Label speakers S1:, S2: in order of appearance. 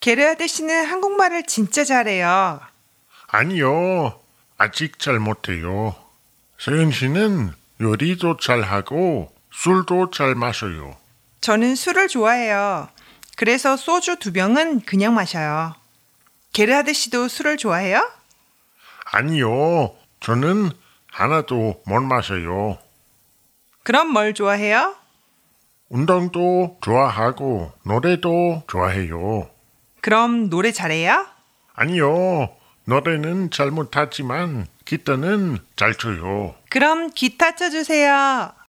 S1: 게르하드 씨는 한국말을 진짜 잘해요.
S2: 아니요. 아직 잘 못해요. 세은 씨는 요리도 잘하고 술도 잘 마셔요.
S1: 저는 술을 좋아해요. 그래서 소주 두 병은 그냥 마셔요. 게르하드 씨도 술을 좋아해요?
S2: 아니요. 저는 하나도 못 마셔요.
S1: 그럼 뭘 좋아해요?
S2: 운동도 좋아하고 노래도 좋아해요.
S1: 그럼 노래 잘해요?
S2: 아니요. 노래는 잘 못하지만 기타는 잘 쳐요.
S1: 그럼 기타 쳐주세요.